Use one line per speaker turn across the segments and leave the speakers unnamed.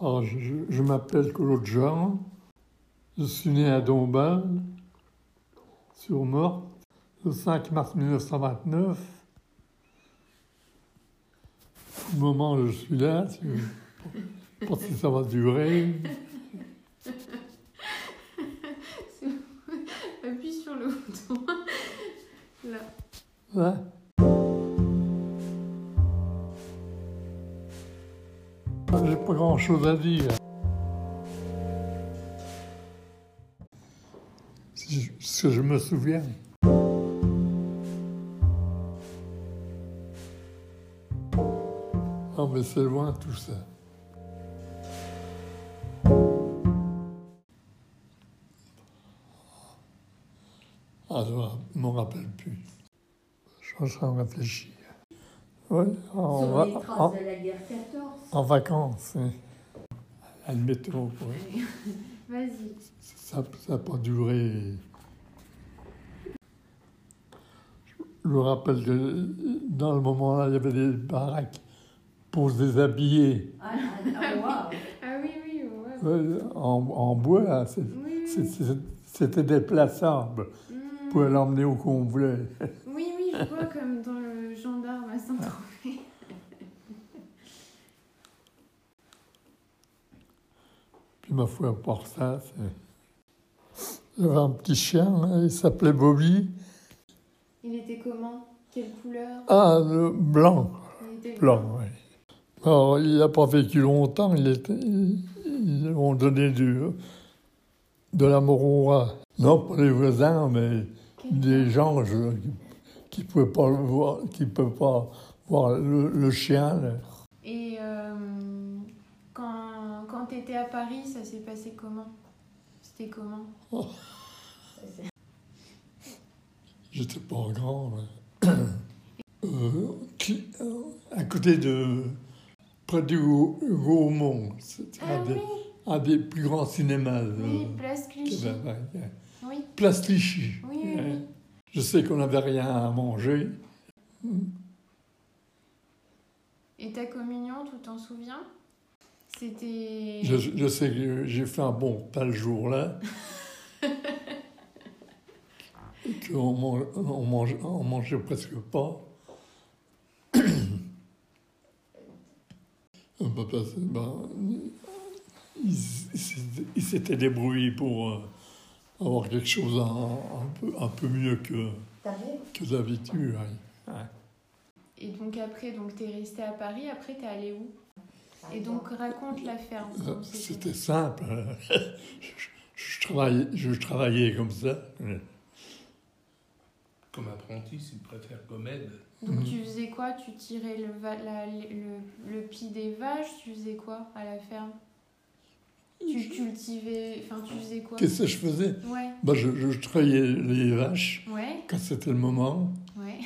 Alors, je, je- je m'appelle Claude Jean, je suis né à Dombasle, sur Morte, le 5 mars 1929. Au moment où je suis là, c'est- je pense que ça va durer.
Appuie sur le bouton. Là.
Hein J'ai pas grand chose à dire. Si je- Ce que je me souviens. Ah, mais c'est loin tout ça. Ah, je m'en rappelle plus. Je suis en train de réfléchir. Oui, on
Sur
va.
les traces
on-
de la guerre 14,
En vacances, hein. oui. Admettons, oui.
Vas-y.
ça n'a pas duré. Je me rappelle que dans le moment-là, il y avait des baraques pour se déshabiller
ah, ah, waouh.
Ah oui, oui, ouais.
ouais, en, en bois. là, c'est-
Oui,
c'est-
oui.
c'est- C'était déplaçable.
Hmm.
On pouvait l'emmener où qu'on voulait.
Oui, oui, je vois comme dans le gendarme à Saint-Tropez.
Puis ma foi, à part ça, c'est- j'avais un petit chien, là, il s'appelait Bobby.
Il était comment Quelle couleur
Ah, le blanc.
Il était
Blanc, oui. Alors, il n'a pas vécu longtemps, il était, ils ils ont donné du, de l'amour au roi. Non, pas les voisins, mais des gens je- qui ne pouvaient pas le voir, qui peuvent pas voir le, le chien. là.
Et euh, quand, quand t'étais à Paris, ça s'est passé comment C'était comment
J'étais pas grand. là. Euh, qui- euh, à côté de. près du Gau- Gaumont. C'était
Ah
un, des- Euh,
oui,
un des plus grands cinémas. de-
oui, place
qu'il y
Clichy.
avait, ouais.
Oui,
Place Clichy.
oui, oui. oui.
Je sais qu'on n'avait rien à manger.
Et ta communion, tu t'en souviens C'était.
Je, je sais que j'ai fait un bon pas le jour-là. Et qu'on man- on mange- on mangeait presque pas. Euh, bah, parce- bah, ils s'étaient- ils s'étaient débrouillés pour euh, avoir quelque chose un, un peu, un peu mieux que,
T'arrives
que d'habitude. hein. ouais.
Et donc après, donc t'es resté à Paris, après t'es allé où Et donc raconte l'affaire.
Euh, C'était simple. hein. Je, je travaillais, je travaillais comme ça.
Comme apprenti, s'il préfère comme aide.
Donc
Mhm.
tu faisais quoi Tu tirais le, va- la- le, le pis des vaches Tu faisais quoi à la ferme Tu cultivais, enfin tu faisais quoi
Qu'est-ce que je faisais
Ouais,
bah, je, je travaillais les vaches
ouais,
quand c'était le moment.
ouais.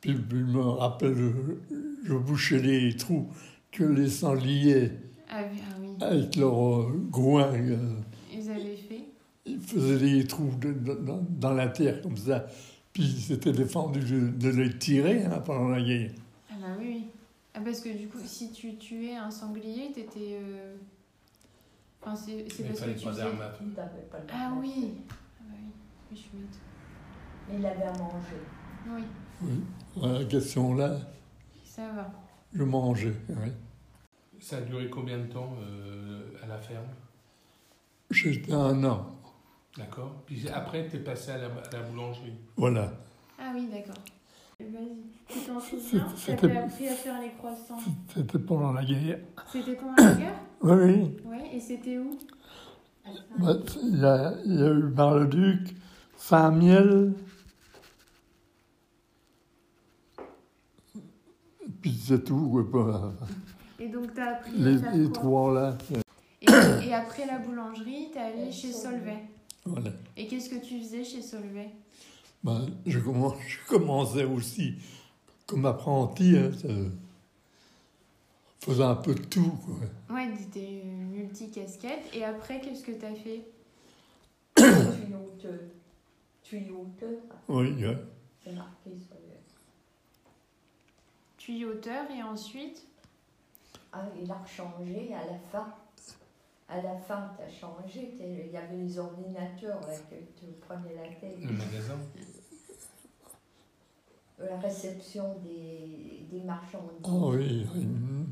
Puis je me rappelle, euh, je bouchais les trous que les sangliers,
Ah, oui, ah oui,
avec leur euh, groin, euh,
ils avaient fait.
ils faisaient des trous de- de- dans, dans la terre comme ça. Puis c'était défendu de, de les tirer hein, pendant la guerre.
Ah bah oui, oui. Ah parce que du coup, si tu tuais un sanglier, t'étais... euh, Enfin, c'est c'est
Il ne
parce que
fallait
tu
pas
faisais...
d'armes à feu.
Il n'avait pas le
Ah
droit.
oui Ah bah oui, oui, je suis bête.
Il avait à manger.
Oui,
Oui. Voilà, la question là,
ça va.
je mangeais. hein. oui.
Ça a duré combien de temps euh, à la ferme
J'étais un an.
D'accord Puis après, tu es passé à la, à la boulangerie.
Voilà.
Ah oui, d'accord. Eh ben, Vas-y, tu t'en souviens
souviens C'était-
T'avais
T'avais
appris à faire les croissants.
C'était pendant la guerre.
C'était pendant la guerre
Oui, oui.
Ouais, et c'était où
Bah,
Ah,
Il y, a, il y a eu Bar-le-Duc, Saint-Miel. Puis c'est tout, ouais, bah,
Et donc t'as appris
les,
à faire
les
quoi
trois là.
Et, et après la boulangerie, t'es allé chez Solvay.
Voilà.
Et qu'est-ce que tu faisais chez Solvay
Bah, je, commen- je commençais aussi comme apprenti, hein, ça- faisant un peu de tout. Quoi.
Ouais, t'étais multi-casquette. Et après, qu'est-ce que t'as fait
Tuyauteux. Tuyauteux,
Oui, ouais.
c'est marqué sur le.
Tuyauteur et ensuite
Ah, il a rechangé à la fin. À la fin, t'as changé. t'es- Il y avait les ordinateurs là, que tu prenais la tête.
Mm.
Le magasin
Euh, La réception des, des marchandises.
Ah oui, oui. mhm.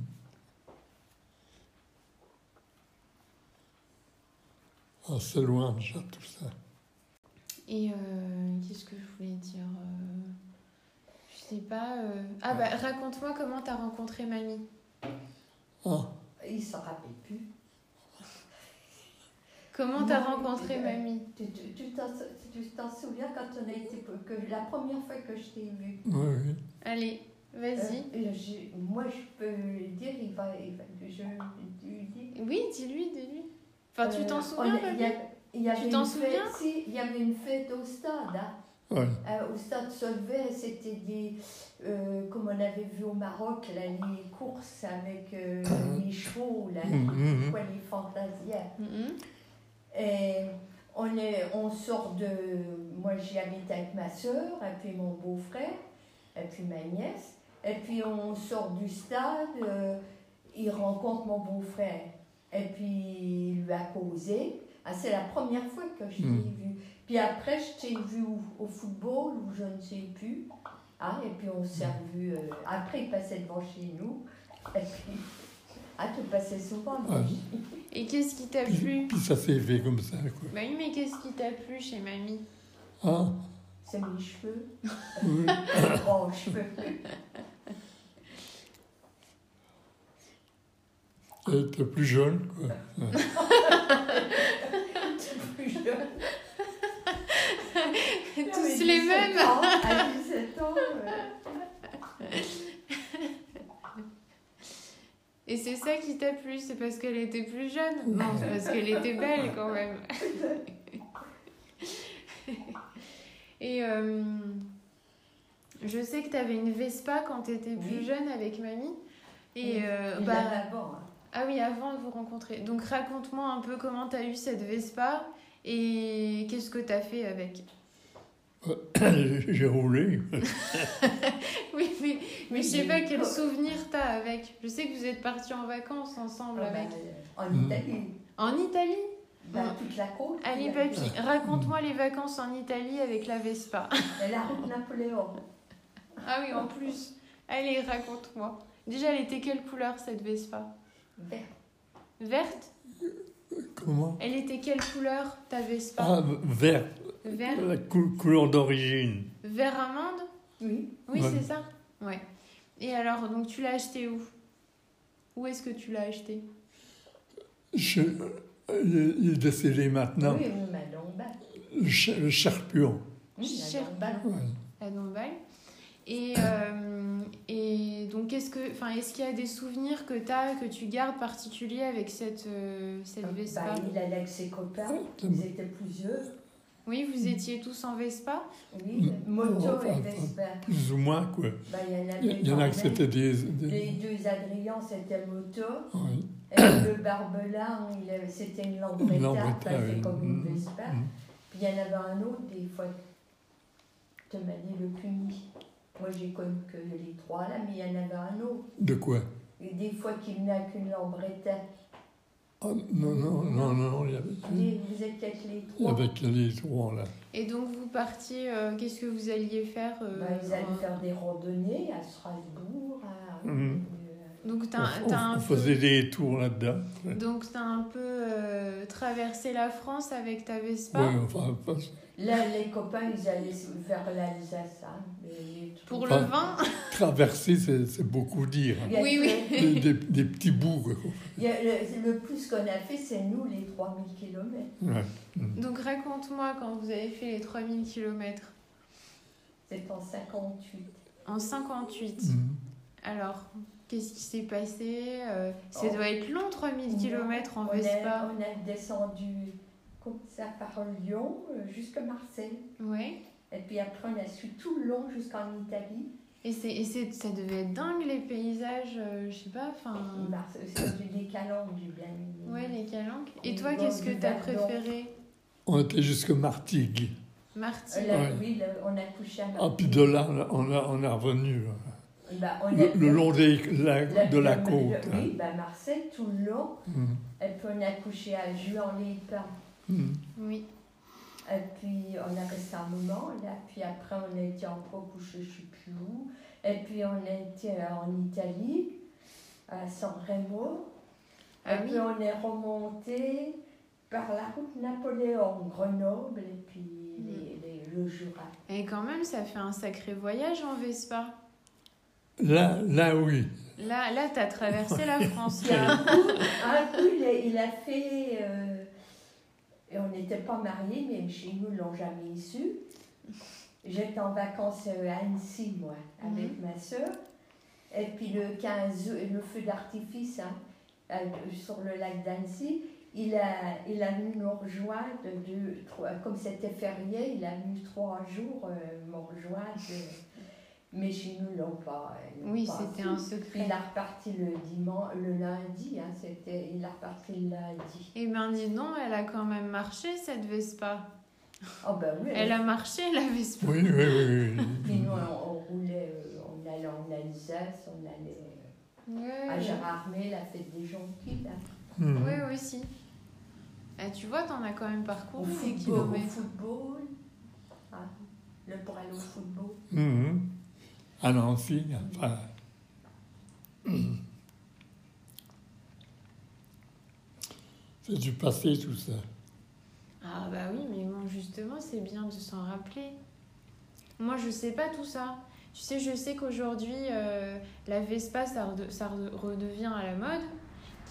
Ah, c'est loin déjà tout ça.
Et euh, qu'est-ce que je voulais dire euh, Je sais pas. euh, Ah bah raconte-moi comment t'as rencontré mamie.
Ah,
Il s'en rappelle plus.
Comment t'as
Non,
rencontré
euh,
mamie
Tu tu- tu t'en tu t'en souviens quand on a été. Que la première fois que je t'ai vu.
oui, oui.
Allez, vas-y.
Euh, je- moi, je peux lui dire, il va. il va- je lui dis.
Oui, dis-lui, dis-lui. Enfin, tu
euh,
t'en
on
souviens,
a- il y
mamie
a- il y avait
t'en
une fête-
souviens
si, Il y avait une fête au stade. hein.
Ouais.
Euh, au stade Solvay, c'était des. euh, comme on avait vu au Maroc, là, les courses avec euh, les chevaux, là,
Mhm.
quoi, les fantasières.
Mhm.
Et on, est, on sort de. Moi, j'y habite avec ma soeur, et puis mon beau-frère, et puis ma nièce. Et puis, on sort du stade, euh, il rencontre mon beau-frère. Et puis, il lui a causé. Ah, c'est la première fois que je l'ai
Mm.
vu. Puis après, je t'ai vu au, au football, ou je ne sais plus. Ah, et puis, on s'est revus. euh, après, il passait devant chez nous. Et puis. Ah, tu passais souvent
Ah,
mais-
Et qu'est-ce qui t'a
Puis,
plu
puis ça s'est fait comme ça, quoi.
Bah oui, mais qu'est-ce qui t'a plu chez mamie
Ah,
C'est mes cheveux.
oui.
Oh, cheveux.
Elle était plus jeune, quoi.
plus jeune.
Tous les mêmes
À 17 ans.
Et c'est ça qui t'a plu C'est parce qu'elle était plus jeune Non, c'est parce qu'elle était belle quand même. Et euh, je sais que t'avais une Vespa quand t'étais plus
Oui.
jeune avec mamie. Et
Oui.
euh,
Il
bah,
en a avant. hein.
ah oui, avant de vous rencontrer. Donc raconte-moi un peu comment t'as eu cette Vespa et qu'est-ce que t'as fait avec.
J'ai roulé.
Oui, mais, mais je sais
Oui.
pas quel souvenir t'as avec. Je sais que vous êtes partis en vacances ensemble
Ah
Bah,
avec.
En
Mm.
Italie.
En Italie
Bah, toute la côte.
Allez,
la,
papy,
Ah.
raconte-moi les vacances en Italie avec la Vespa.
la route Napoléon.
Ah oui, en plus. Allez, raconte-moi. Déjà, elle était quelle couleur cette Vespa
Vert.
Verte
Comment
Elle était quelle couleur ta Vespa
Ah, vert,
Vert
la cou- couleur d'origine.
Vert amande
Oui.
Oui,
Ouais.
c'est ça Ouais. Et alors, donc tu l'as acheté où Où est-ce que tu l'as acheté
Je- il, est- il est décédé maintenant.
Oui, oui, ma Dombal.
Le, Ch- le Cherpion.
Oui, ma
Cher-
Dombal.
Ouais.
À Dombasle. Et, euh, et donc, est-ce que, enfin, est-ce qu'il y a des souvenirs que tu as, que tu gardes particuliers avec cette, euh, cette Vespa
Bah, il allait avec ses copains. Ils étaient plusieurs.
Oui, vous étiez tous en Vespa
Oui,
Mm.
moto
Oh,
et
oh,
Vespa.
Plus ou moins, quoi.
Bah, il y en avait.
Il y en a
quand
que
même.
c'était des. des-
Les deux Adrien, c'était moto.
ouais.
Et le barbelin, il avait- c'était une
Une
lambretta,
Lambretta,
enfin, c'est
oui.
hein, comme une
Mm,
Vespa.
mm.
Puis il y en avait un autre, des fois, te manier le puni. Moi, j'ai connu que les trois là, mais il y en avait un autre.
De quoi
Et des fois, qui venait avec une lambretta.
Ah, Non, non, non, non, il y avait,
Des- Vous êtes peut-être les
il y
Oh.
trois.
avait que les trois, là.
et donc vous partiez, euh, qu'est-ce que vous alliez faire euh,
Bah, ils allaient
en-
faire des randonnées à Strasbourg. à-
Mhm.
euh,
Donc
On,
t'as t'as
on-
un
on
peu,
faisait des tours là-dedans. Ouais,
donc t'as un peu euh, traversé la France avec ta Vespa
Ouais, enfin, pas-
Là, les copains, ils allaient vers l'Alsace. hein, mais les trucs-
pour
Pas-
le vin.
traverser, c'est c'est beaucoup dire.
Il y a
Oui,
que-
Des,
oui.
des- des petits bouts, quoi.
il y a le, le plus qu'on a fait, c'est nous, les 3000 km.
Ouais.
Donc raconte-moi quand vous avez fait les 3000 km
C'est en 58.
en 58.
Mhm.
Alors, qu'est-ce qui s'est passé Euh, Ça
Oh.
doit être long, 3000 km en
on est,
Vespa.
on est descendu comme ça par Lyon euh, jusqu'à Marseille.
Ouais.
Et puis après, on a su tout le long jusqu'en Italie.
Et, c'est, et c'est, ça devait être dingue, les paysages, euh, je sais pas, enfin...
Marseille, C'est du décalant du bien milieu.
Ouais, les calanques. Et
Et
toi,
le
qu'est-ce
bord
que
du
t'as
Verdon.
préféré
On était jusque Martigues.
Marty
Euh, là,
Ouais.
Oui, là, on a couché à
Ah, puis de là, on a, on a revenu. là.
Et eh ben, on
le,
a-
le long des- la-
la-
de la
le-
côte. hein.
le- oui, ben, Marseille, tout le long.
Mm.
Et puis on a couché à Juan-les-Pins.
Mm.
Oui.
Et puis on a resté un moment là, puis après on a été encore couché je sais plus où. Et puis on a été euh, en Italie, à San Remo. Et
Ah
puis
oui.
on est remonté par la route Napoléon, Grenoble et puis
Mm.
les- les- le Jura.
Et quand même, ça fait un sacré voyage en Vespa.
Là, là, oui.
Là, là t'as traversé la France.
Puis un coup, un coup, Ah, il, a, il a fait. euh, et on n'était pas mariés, mais chez nous, ils l'ont jamais su. J'étais en vacances euh, à Annecy, moi, avec
Mhm.
ma soeur. Et puis le 15 août, le feu d'artifice hein, euh, sur le lac d'Annecy, il a, il a venu nous rejoindre, deux, trois- comme c'était férié, il a venu trois jours euh, me rejoindre. euh, mais chez nous, ils l'ont pas. ils l'ont
Oui,
pas
c'était
su.
un
Puis
secret.
il a reparti le dimanche, le lundi, hein, c'était, il a reparti le lundi.
Eh ben dis donc, elle a quand même marché cette Vespa.
Ah ben oui,
Elle a marché la Vespa.
Oui, oui, oui. oui.
puis nous on, on roulait, euh, on allait en Alsace, on allait euh,
Ouais.
à Gérardmer, la fête des jonquilles, là.
Mm.
Oui, aussi. Eh, tu vois, t'en as quand même
au
parcouru des
football, au
kilomètres.
football, hein, le pour aller au football.
Mhm. À Nancy, enfin. Mm. C'est du passé tout ça.
Ah bah oui, mais bon, justement, c'est bien de s'en rappeler. Moi, je sais pas tout ça. Tu sais, je sais qu'aujourd'hui, euh, la Vespa, ça, rede- ça rede- redevient à la mode.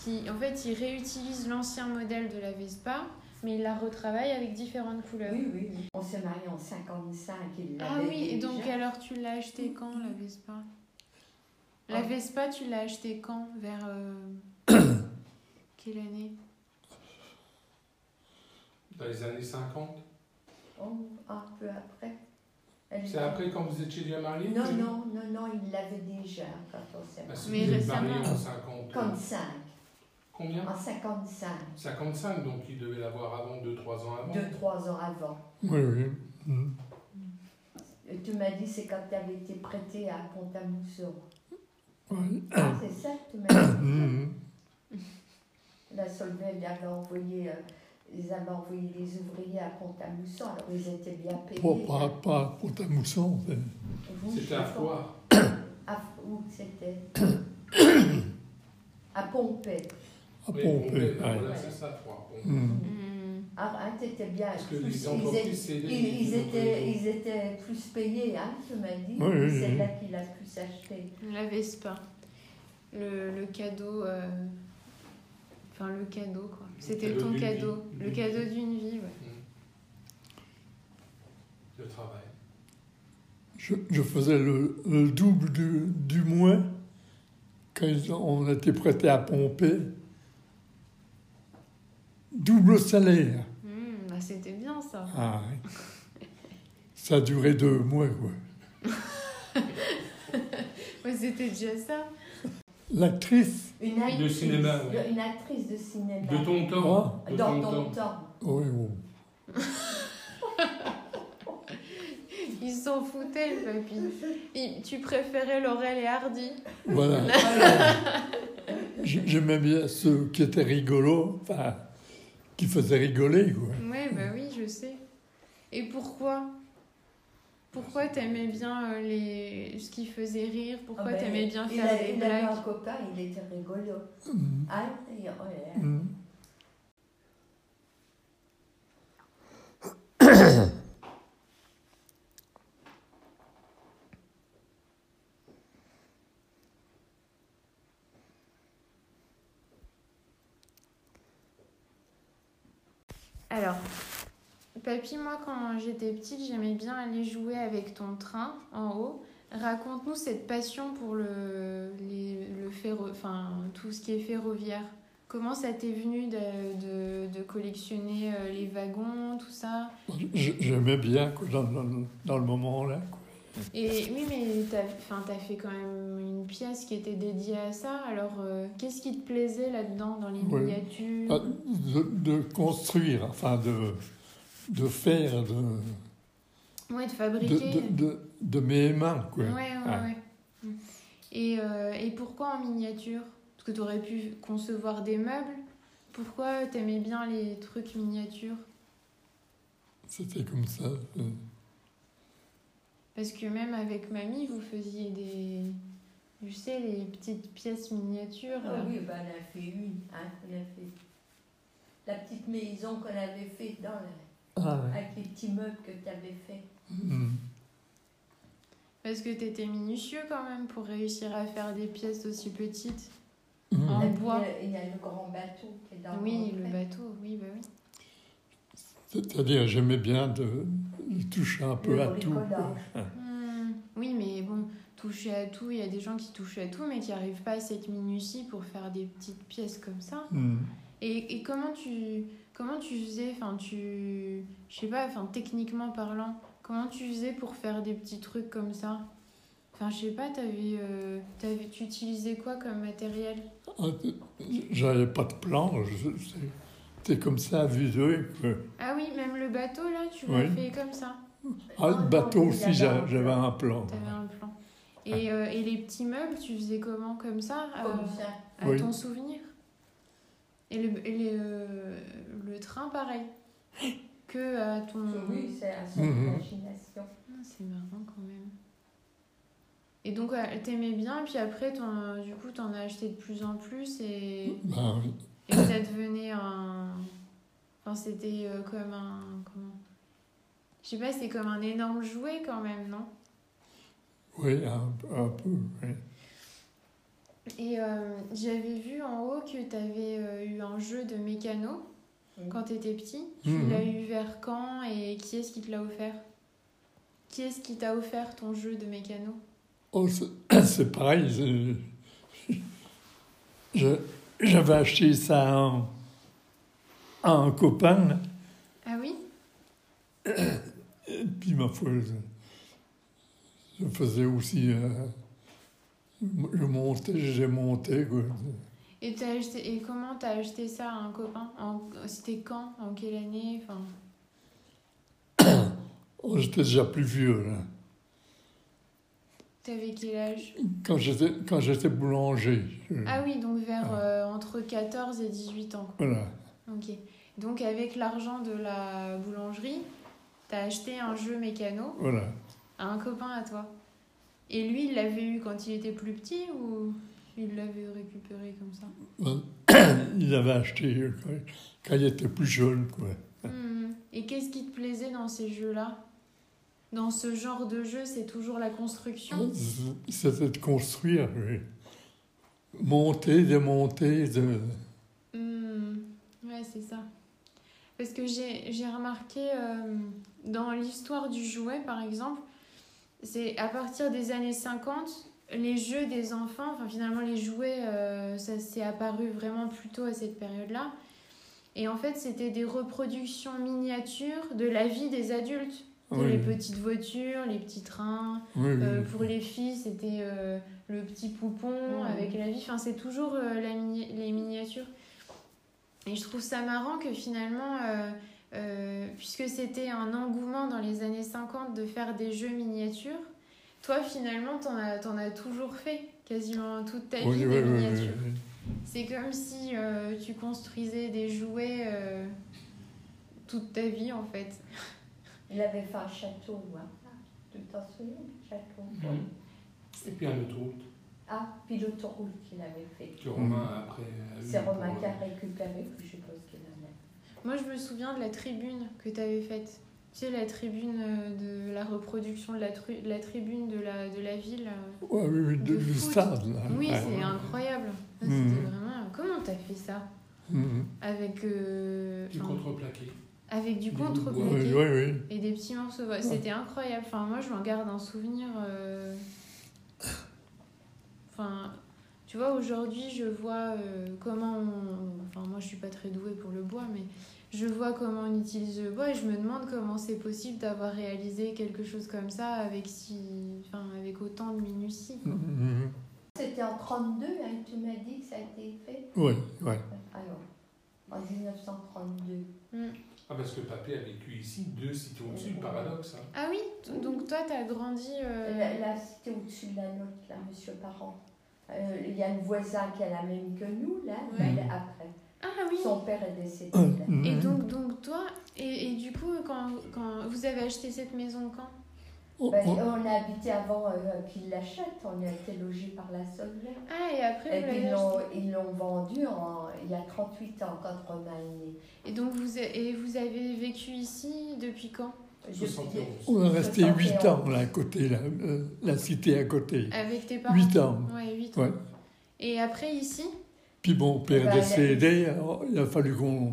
Qui, en fait, ils réutilisent l'ancien modèle de la Vespa, mais ils la retravaillent avec différentes couleurs.
Oui, oui, oui. On s'est mariés en 55, il l'avait
Ah oui, et
déjà.
donc alors tu l'as acheté quand la Vespa La
Ah.
Vespa, tu l'as acheté quand Vers euh, quelle année
Dans les années 50
Oh, un peu après. Elle-
C'est après quand vous étiez déjà mariés
Non,
que-
non, non, non, il l'avait déjà quand on s'est
Ah, si
mariés.
vous
Mais
êtes mariés
récemment.
en 50.
55.
Combien
En 55,
55, donc il devait l'avoir avant, 2-3 ans avant.
2-3 ans avant.
Oui, oui. Mhm.
Et tu m'as dit c'est quand tu avais été prêté à Pont-à-Mousson.
Oui.
Ah, c'est ça que tu m'as dit.
Mhm.
La Solvay, elle avait envoyé, euh, ils avaient envoyé des ouvriers à Pont-à-Mousson, alors ils étaient bien payés.
Pour, Oh, pas, pas pour ta mousson. c'est-
Vous, je
C'était à
sais pas.
Foire.
À où c'était À Pompée.
À
Oui,
pomper.
Pompée,
Ah, ouais.
Voilà, c'est ça, Foire. Bon.
Mhm.
Mm.
Ah, hein, t'étais bien.
Parce que
Tous-
les
ils, étaient,
entreprises, c'est les-
ils- ils
les
étaient,
entreprises.
ils étaient plus payés, hein, tu m'as dit.
Oui, oui,
c'est
oui.
là qu'il a pu s'acheter.
La Vespa. Le, le cadeau. euh, Enfin, le cadeau, quoi.
Le
C'était
cadeau
ton
d'une
cadeau.
vie.
Le cadeau d'une vie, ouais.
Mm. Le travail.
Je, je faisais le, le double du, du moins quand ils ont- on était prêté à pomper. Double salaire.
Hmm, bah, c'était bien ça.
Ah, oui. Ça a duré deux mois, quoi.
Ouais, c'était déjà ça.
L'actrice,
Une actrice,
cinéma, ouais.
Une actrice de cinéma.
De ton temps.
Moi
de
Dans
ton
ton
temps.
temps.
oui, bon.
Ils s'en foutaient, le papy. Il- tu préférais Laurel et Hardy.
voilà. J- J'aimais bien ceux qui étaient rigolos, enfin, qui faisaient rigoler, quoi.
Ouais, bah oui, je sais. Et pourquoi Pourquoi t'aimais bien euh, les... ce qui faisait rire Pourquoi
Ah ben,
t'aimais bien
il
faire
a-
des
Il avait
blagues
un copain, il était rigolo.
Mhm.
Ah, et- ouais.
Mhm.
Alors, papy, moi, quand j'étais petite, j'aimais bien aller jouer avec ton train en haut. Raconte-nous cette passion pour le, les- le ferro- enfin, tout ce qui est ferroviaire. Comment ça t'est venu de, de- de collectionner euh, les wagons, tout ça
J- J'aimais bien, quoi, dans, dans- dans le moment-là, quoi.
Et oui, mais t'as, enfin, t'as fait quand même une pièce qui était dédiée à ça. Alors, euh, qu'est-ce qui te plaisait là-dedans, dans les
Ouais.
miniatures
Pas- Ah, De, de construire, enfin, de, de faire, de...
Ouais, de
de,
fabriquer.
de, de- de mes mains, quoi.
Ouais, Mm. ouais,
Ah.
ouais. pourquoi en miniature Parce que tu aurais pu concevoir des meubles. Pourquoi t'aimais bien les trucs miniatures
C'était comme ça. euh,
Parce que même avec mamie, vous faisiez des. Tu sais, les petites pièces miniatures.
Ah
là.
oui, ben, on a fait une, hein, on a fait la petite maison qu'on avait faite dans la-
Ah, ouais.
avec les petits meubles que tu avais fait.
Mm.
Parce que t'étais minutieux quand même pour réussir à faire des pièces aussi petites.
Mm.
En
Et puis,
bois.
Il y a le grand bateau qui est dans
oui,
mon
le
frère.
bateau, oui, bah oui.
C'est-à-dire, j'aimais bien de, de toucher un peu
Le
à tout.
bricolage.
Hmm, oui, mais bon, toucher à tout, il y a des gens qui touchent à tout, mais qui n'arrivent pas à cette minutie pour faire des petites pièces comme ça.
Mm.
Et, et comment tu comment tu faisais, enfin tu, je sais pas, enfin techniquement parlant, comment tu faisais pour faire des petits trucs comme ça Enfin, je sais pas, t'avais, euh, t'avais, tu utilisais quoi comme matériel
Ah, t- J'avais pas de plan, je- c'est- c'était comme ça à vue d'œil que-
Ah oui, même le bateau là, tu
Oui.
l'as fait comme ça.
Ah,
Ah,
le bateau
non,
aussi,
il y avait
j'a-
un
j'avais un plan.
T'avais un plan. Et,
Ah.
euh, et les petits meubles, tu faisais comment comme ça euh,
Comme ça.
À
Oui.
ton souvenir Et, le, et le, euh, le train, pareil. Que à ton.
Oui, c'est à son
Mhm.
imagination.
Ah, C'est marrant quand même. Et donc, ouais, t'aimais bien, puis après, t'en- du coup, t'en as acheté de plus en plus et,
Ben oui.
et ça devenait un. Enfin, c'était euh, comme un. Comment Je sais pas, c'est comme un énorme jouet quand même, non
Oui, un, un peu. oui.
Et euh, j'avais vu en haut que t'avais euh, eu un jeu de mécano
Oui.
quand t'étais petit. Tu
Mhm.
l'as eu vers quand et qui est-ce qui te l'a offert Qui est-ce qui t'a offert ton jeu de mécano
Oh, c'est- c'est pareil. c'est- Je- J'avais acheté ça à un, à un copain,
Ah oui
et puis ma foi, je, je faisais aussi. euh, je montais, j'ai monté. quoi.
Et, t'as acheté, et comment t'as acheté ça à un copain En- C'était quand En quelle année enfin,
Oh, J'étais déjà plus vieux, là.
T'avais quel âge
Quand j'étais quand j'étais boulanger. je-
Ah oui, donc vers
Ah.
euh, entre 14 et 18 ans.
Voilà.
Ok. Donc avec l'argent de la boulangerie, t'as acheté un jeu mécano
Voilà.
à un copain à toi. Et lui, il l'avait eu quand il était plus petit ou il l'avait récupéré comme ça
Il avait acheté euh, quand, quand il était plus jeune, quoi.
Hmm. Et qu'est-ce qui te plaisait dans ces jeux-là Dans ce genre de jeu, c'est toujours la
Ah
construction.
C'était de construire, oui. Monter, démonter, de...
Hmm. Ouais, c'est ça. Parce que j'ai j'ai remarqué euh, dans l'histoire du jouet, par exemple, c'est à partir des années 50, les jeux des enfants, enfin finalement les jouets, euh, ça s'est apparu vraiment plus tôt à cette période-là. Et en fait, c'était des reproductions miniatures de la vie des adultes.
Oui,
Les petites voitures, les petits trains,
oui, oui.
Euh, pour les filles, c'était euh, le petit poupon
Mhm.
avec la vie. Enfin, c'est toujours euh, la mini- les miniatures. Et je trouve ça marrant que finalement, euh, euh, puisque c'était un engouement dans les années 50 de faire des jeux miniatures, toi finalement, t'en as, t'en as toujours fait quasiment toute ta vie
Oui,
des
oui, oui, oui,
miniatures.
oui.
C'est comme si euh, tu construisais des jouets euh, toute ta vie en fait.
Il avait fait un château, hein. Tu t'en souviens du château
Mhm.
Mhm. Et puis un autoroute
Ah, puis l'autoroute qu'il avait fait.
que Romain après. a eu
C'est
pour,
Romain qui a
euh,
récupéré, puis je pense qu'il en a.
Moi, je me souviens de la tribune que tu avais faite. Tu sais, la tribune euh, de la reproduction de la, tru- de la tribune de la, de la ville. euh.
Ouais, oui, oui,
De
de- du
foot.
stade, là.
Oui,
Ouais.
c'est incroyable. Ça,
Mhm.
C'était vraiment. euh, Comment t'as fait ça
Mhm.
Avec. euh,
Du
enfin,
contreplaqué.
Avec du
Du
Oui,
contreplaqué
oui, oui.
et des petits morceaux. Ouais, C'était incroyable. Enfin, moi, je m'en garde un souvenir. euh, Enfin, tu vois, aujourd'hui, je vois euh, comment. on- Enfin, moi, je suis pas très douée pour le bois, mais je vois comment on utilise le bois et je me demande comment c'est possible d'avoir réalisé quelque chose comme ça avec si, enfin, avec autant de minutie. quoi.
Mhm.
C'était en 32, hein, tu m'as dit que ça a été fait.
Oui, oui.
Alors, en 1932.
Ah, parce que Papé a vécu ici deux cités au-dessus, le paradoxe. hein.
Ah oui, t- donc toi, t'as grandi. euh,
Là, là, c'était au-dessus de la nôtre, là, monsieur Parent. Euh, Il y a un voisin qui a la même que nous, là,
Ouais.
il- après.
Ah oui.
Son père est décédé. là.
Et
Mhm.
donc, donc toi, et, et du coup, quand, quand vous avez acheté cette maison quand
Oh,
bah,
Ben,
oh,
on a habité avant euh, qu'il l'achète, on a été logé par la solaire.
Ah, et après,
Et
vous
puis ils
l'avez
l'ont-
acheté.
ils l'ont vendu en- il y a 38 ans quand Romain est né.
Et donc, vous, a- et vous avez vécu ici depuis quand
Je-
71.
on est resté
71.
8 ans là, à côté, là, euh, la cité à côté.
Avec tes parents
8 ans.
Ouais, 8 ans.
Ouais.
Et après, ici
Puis mon père
Bah,
est décédé, alors il a fallu qu'on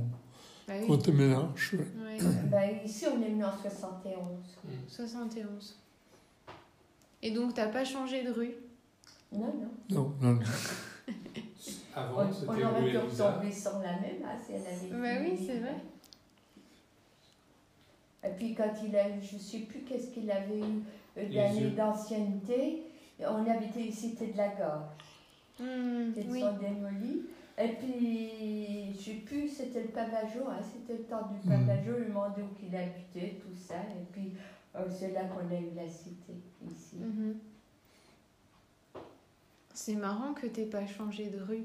Bah oui.
qu'on te mélange. ouais.
Ouais,
Ben, ici, on est venu en 71.
71. Et donc, t'as pas changé de rue
Non, non.
Non, non, non.
On,
Avant, c'était
on aurait
rue
pu
Elisa.
retomber sur la même, hein, si elle avait été
Bah oui,
née.
c'est vrai.
Et puis quand il a eu, je ne sais plus qu'est-ce qu'il avait eu euh,
Les
d'années
yeux.
d'ancienneté, on habitait cité de la gare.
Hmm,
Ils
Oui.
sont démolis. Et puis, je sais plus, c'était le Pavageau, hein, c'était le temps du
Hmm.
Pavageau, il m'a demandé où qu'il habitait, tout ça. Et puis, euh, c'est là qu'on a eu la cité, ici.
Mhm. C'est marrant que t'aies pas changé de rue.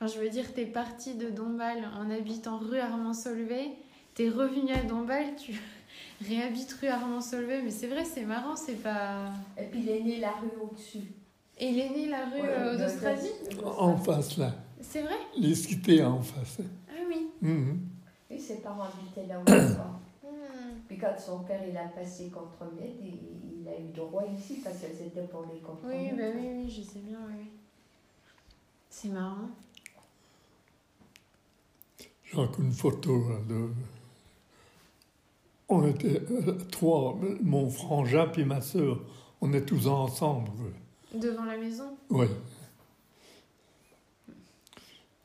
Enfin, je veux dire, t'es parti de Dombasle en habitant rue Armand Solvay, t'es revenu à Dombasle, tu réhabites rue Armand Solvay, mais c'est vrai, c'est marrant, c'est pas.
Et puis, il est né la rue au-dessus.
Et il est né la rue euh,
de-
d'Austrasie
de-
En face là,
C'est vrai
les cités en face. hein.
Ah oui.
Mhm.
Oui, ses parents habitaient là encore.
Hmm.
Puis, quand son père il a passé contre Mède, il, il a eu droit ici parce que c'était pour les comprendre.
Oui, bah oui, oui, je sais bien, oui, oui. C'est marrant.
J'ai encore une photo là, de. On était euh, trois, mon frangin puis ma sœur. On est tous ensemble. ouais.
Devant la maison
Oui.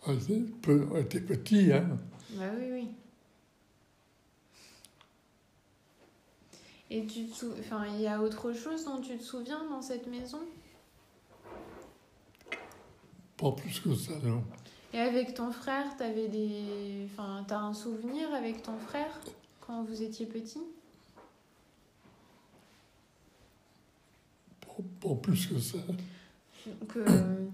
Ouais, c'est peu- On était petits, hein.
Bah oui, oui. Et tu te sou- enfin, il y a autre chose dont tu te souviens dans cette maison
Pas plus que ça, non.
Et avec ton frère, t'avais des, enfin, t'as un souvenir avec ton frère quand vous étiez petit
Pas, pas plus que ça.
Donc, euh,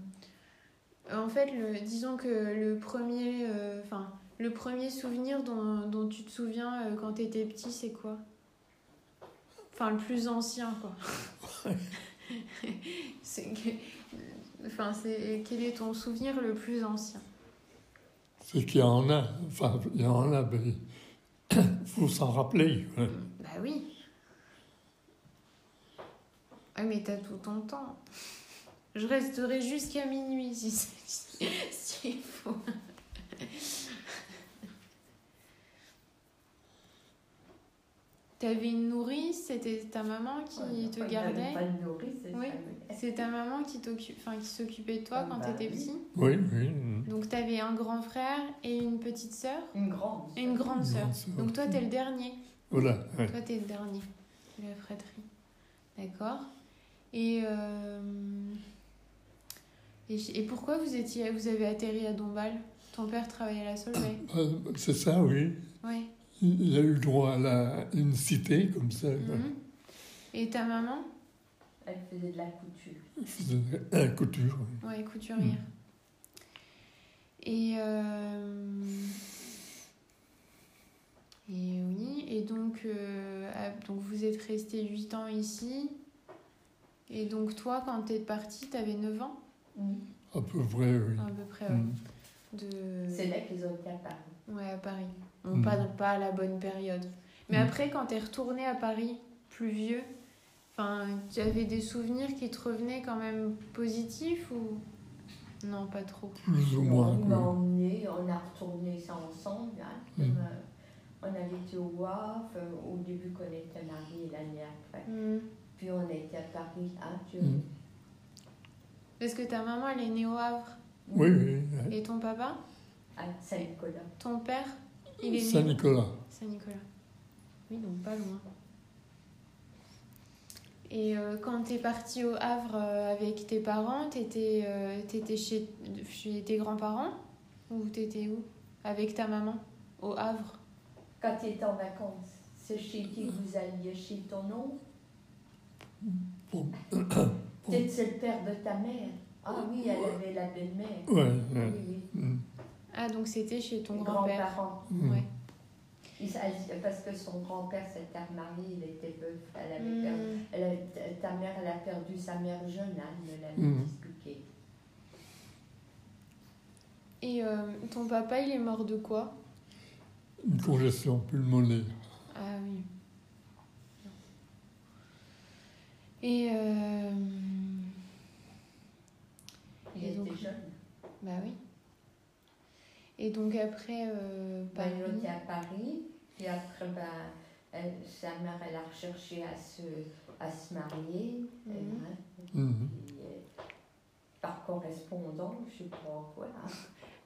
en fait, le, disons que le premier, euh, enfin, le premier souvenir dont, dont tu te souviens euh, quand t'étais petit, c'est quoi Enfin, le plus ancien, quoi. c'est que- enfin, c'est quel est ton souvenir le plus ancien
C'est qu'il y en a. Enfin, il y en a, mais faut s'en rappeler. ouais.
Bah oui. Ah mais t'as tout ton temps. Je resterai jusqu'à minuit si si- s'il faut. T'avais une nourrice, c'était ta maman qui
Ouais,
te
il n'avait
gardait.
pas de nourrice, c'est
Oui.
ça.
C'est ta maman qui t'occupe, enfin qui s'occupait de toi
Ah
quand
bah
t'étais
oui.
petit.
Oui, oui. mm.
Donc t'avais un grand frère et une petite sœur
Une grande.
et une grande sœur.
Grande sœur.
Donc toi t'es le dernier.
Voilà. ouais.
Toi, t'es le dernier de la fratrie. D'accord. Et, euh, et, j- et pourquoi vous, étiez, vous avez atterri à Dombasle Ton père travaillait à la Solvay.
Euh, C'est ça, oui.
Ouais.
Il il a eu droit à la- une cité comme ça.
Mhm. Et ta maman
Elle faisait de la couture.
Il faisait la couture.
Ouais, couturière. Et, euh, et oui, et donc, euh, ah, donc vous êtes resté 8 ans ici. Et donc toi, quand t'es parti, t'avais 9 ans
À peu près, oui.
à peu près. Ah, ouais.
Mm.
de
C'est là qu'ils ont été à Paris.
ouais à Paris bon
Mm.
pas pas à la bonne période mais
Mm.
après quand t'es retourné à Paris plus vieux enfin tu avais des souvenirs qui te revenaient quand même positifs ou non pas trop
Plus ou
Et
moins.
on
oui.
m'a emmené, on a retourné ça ensemble. hein,
Mm.
comme, euh, on avait été au WAF, euh, au début qu'on était mariés l'année après.
Mm.
Puis on était à Paris, hein, tu-
Mm.
parce que ta maman elle est née au Havre
Oui, oui.
et ton papa
Mm. à Saint-Nicolas.
ton père il est né
Saint-Nicolas.
Saint Nicolas oui donc pas loin et euh, quand t'es parti au Havre euh, avec tes parents, t'étais euh, t'étais chez, chez tes grands-parents Ou t'étais où Avec ta maman Au Havre
Quand tu étais en vacances, c'est chez qui vous alliez Chez ton oncle
Bon,
Peut-être c'est le père de ta mère. Ah oui, elle avait la belle-mère.
Ouais,
Oui,
ouais.
oui.
Mm.
Ah, donc c'était chez ton
Mes
grand-père.
grands-parents.
Mm.
Ouais.
Il s'agit- Parce que son grand-père s'était remarié, il était veuf. Elle avait perdu-
Hmm.
Elle a- ta mère, elle a perdu sa mère jeune, Anne me l'avait
Mhm.
expliqué.
Et euh, ton papa, il est mort de quoi
Une congestion pulmonaire.
Ah oui. Et. euh,
Il
Et
était
donc,
jeune.
Bah oui. Et donc après, euh,
Ben, elle
Paris.
était à Paris, puis après, ben, elle- sa mère, elle a recherché à se, à se marier. euh,
Mhm.
hein,
Mhm.
puis, euh, par correspondance, je ne sais pas en quoi. hein.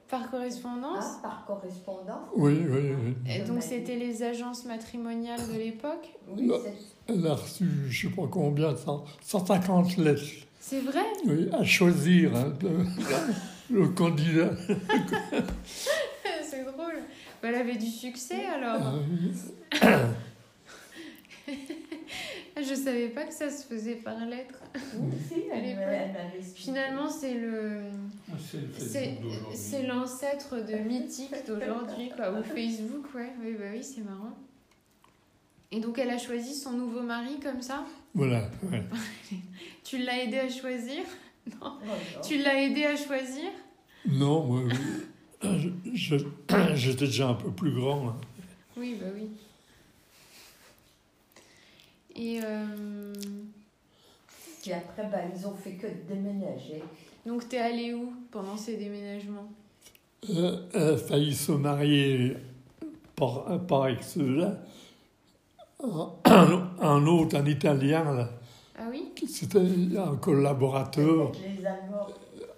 Par correspondance
Ah, par correspondance
Oui, oui, oui.
Et
Dommage.
donc c'était les agences matrimoniales de l'époque
Oui,
Ah.
c'est
Elle a reçu, je ne sais pas combien, 100 150 lettres.
C'est vrai
Oui, à choisir hein, le, le candidat.
C'est drôle. Bah, elle avait du succès alors.
Ah,
Je savais pas que ça se faisait par lettre.
oui, si, elle,
Elle est
me- elle m'avait expliqué.
Finalement, c'est le
Ah, C'est le
c'est
Facebook d'aujourd'hui.
c'est l'ancêtre de Mythique d'aujourd'hui quoi, ou Facebook ouais. Oui bah oui, c'est marrant. Et donc elle a choisi son nouveau mari comme ça
voilà. ouais.
Tu l'as aidé à choisir
Oh, non.
Tu l'as aidé à choisir
Non, moi, oui. Euh, Je- je- j'étais déjà un peu plus grand. hein.
Oui, bah oui. Et euh,
Puis après, ben, ils ont fait que déménager.
donc t'es allé où pendant ces déménagements
Euh, elle a failli se marier par, par excellence. Un, un autre, un Italien, là,
Ah oui
qui- c'était un collaborateur.
Avec Les Allemands.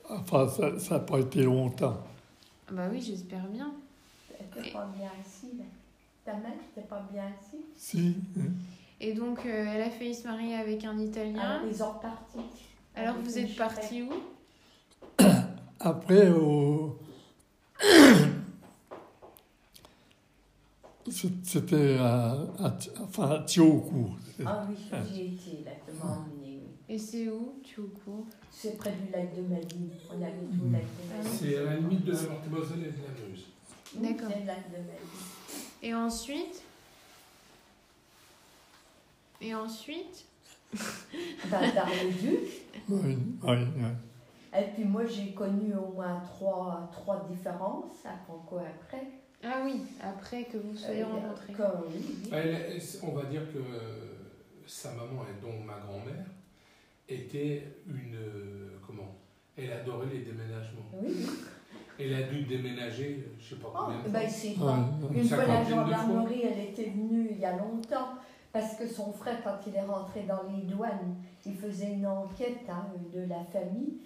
Enfin, ça n'a pas été longtemps.
Ah Bah oui, j'espère bien.
T'es pas bien assis, là. Ta mère, t'es pas bien assis.
Si. hein.
Et donc euh, elle a failli se marier avec un Italien.
Alors, ils ont reparti.
Alors
Ah,
vous êtes partis où
Après, euh, au- C'est- c'était à, à, enfin, à Thiocourt.
Ah oui, j'y ai été, là, tu m'as emmené, oui.
Et c'est où Tu es au courant
C'est près du lac de Mali. On avait tout le lac de
Ah
Mali.
C'est à la limite de la porte Moselle et de la Meuse.
Oui,
D'accord.
C'est le lac de Mali.
Et ensuite Et ensuite
Dans- dans le Duc.
Oui, oui, oui.
Et puis moi, j'ai connu au moins trois, trois différences à Franco après.
Ah oui, après que vous vous soyez
Euh,
rencontrés.
quand- oui, oui.
Bah, Elle- elle- on va dire que euh, sa maman, et donc ma grand-mère, était une. euh, comment Elle adorait les déménagements.
Oui, oui.
Elle a dû déménager, euh, je sais pas
Oh,
combien de
eh ben,
fois.
il sait
Ouais,
pas.
ouais.
Une fois, la
cinquantaine de fois.
gendarmerie, elle était venue il y a longtemps, parce que son frère, quand il est rentré dans les douanes, il faisait une enquête hein, de la famille.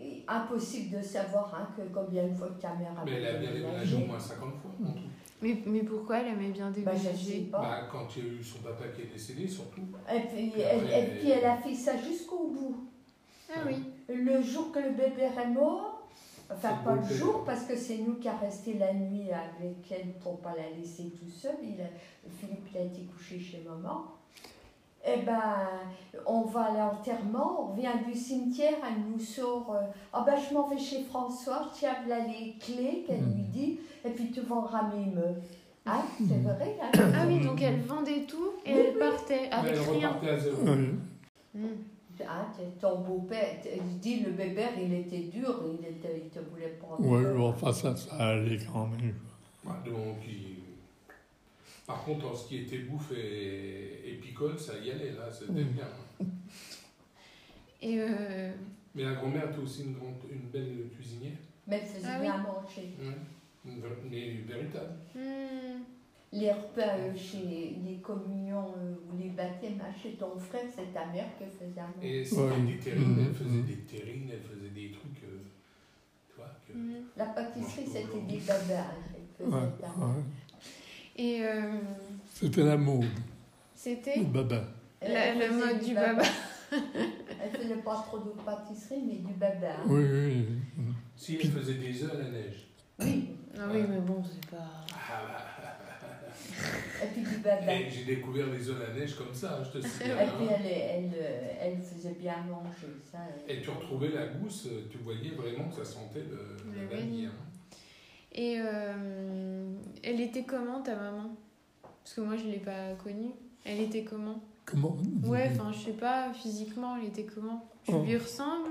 Et impossible de savoir hein, que combien de fois de caméra
Ah, Mais elle a bien déménagé au moins 50 fois. en tout.
Mais, mais pourquoi elle aimait bien
Bah, je sais
déménager
pas.
Bah, quand il y a eu son papa qui est décédé, surtout.
Et puis, elle, et puis,
euh,
elle a fait ça jusqu'au bout.
Ah oui.
Le jour que le bébé est mort, enfin
C'est
pas
le
le
bébé.
jour, parce que c'est nous qui a resté la nuit avec elle pour pas la laisser tout seul. Il a- Philippe il a été couché chez maman. Eh ben, on va à l'enterrement, on vient du cimetière, elle nous sort. euh, Ah ben, je m'en vais chez François, tiens, voilà les clés qu'elle
Mhm.
lui dit, et puis tu vas ramener me. Hein, c'est
Mhm.
vrai, hein
Ah oui, donc elle vendait tout et
Oui,
elle partait avec
elle
rien.
repartait à zéro.
Oui.
Hmm.
Ah, t'es- ton beau-père, t- je dis le bébé, il était dur, il, était, il te voulait prendre.
Ouais, bon, enfin, ça, ça allait quand même.
Ouais, donc, il- euh, Par contre, en ce qui était bouffe et, et picole, ça y allait, là, c'était
Mm.
bien.
Et euh,
Mais la grand-mère était aussi une, grande, une belle cuisinière.
Mais elle faisait
Ah oui.
bien manger.
Ouais. Une ver- Mais véritable.
hmm,
Les repas euh, chez les communions euh, ou les baptêmes hein, chez ton frère, c'est ta mère qui faisait à manger.
Et c'était
Ouais.
des terrines,
Mhm.
elle faisait
Mhm.
des terrines, elle faisait des trucs. euh, tu vois, que-
hmm.
La pâtisserie, c'était des babas. hein, qu'elle
Ouais,
faisait à manger.
ouais.
et euh,
C'était la mode, le
c'était
baba.
Elle
La- la
faisait
mode du baba.
elle faisait pas trop de pâtisserie, mais du baba. hein.
Oui, oui. oui.
Si elle faisait des œufs à la neige.
Oui.
Ah oui, mais bon, c'est pas.
Ah, bah,
Et puis du badin.
Et j'ai découvert les zones à neige comme ça, hein, je te signale.
Et puis
hein.
elle, elle, euh, elle faisait bien manger, ça. euh.
Et tu retrouvais la gousse, euh, tu voyais vraiment que ça sentait le,
Le
la vanille.
vanille.
hein.
Et euh, elle était comment ta maman Parce que moi je l'ai pas connue. Elle était comment
Comment
Ouais, enfin je sais pas, physiquement elle était comment Tu
Mm-hmm. Oh.
lui ressembles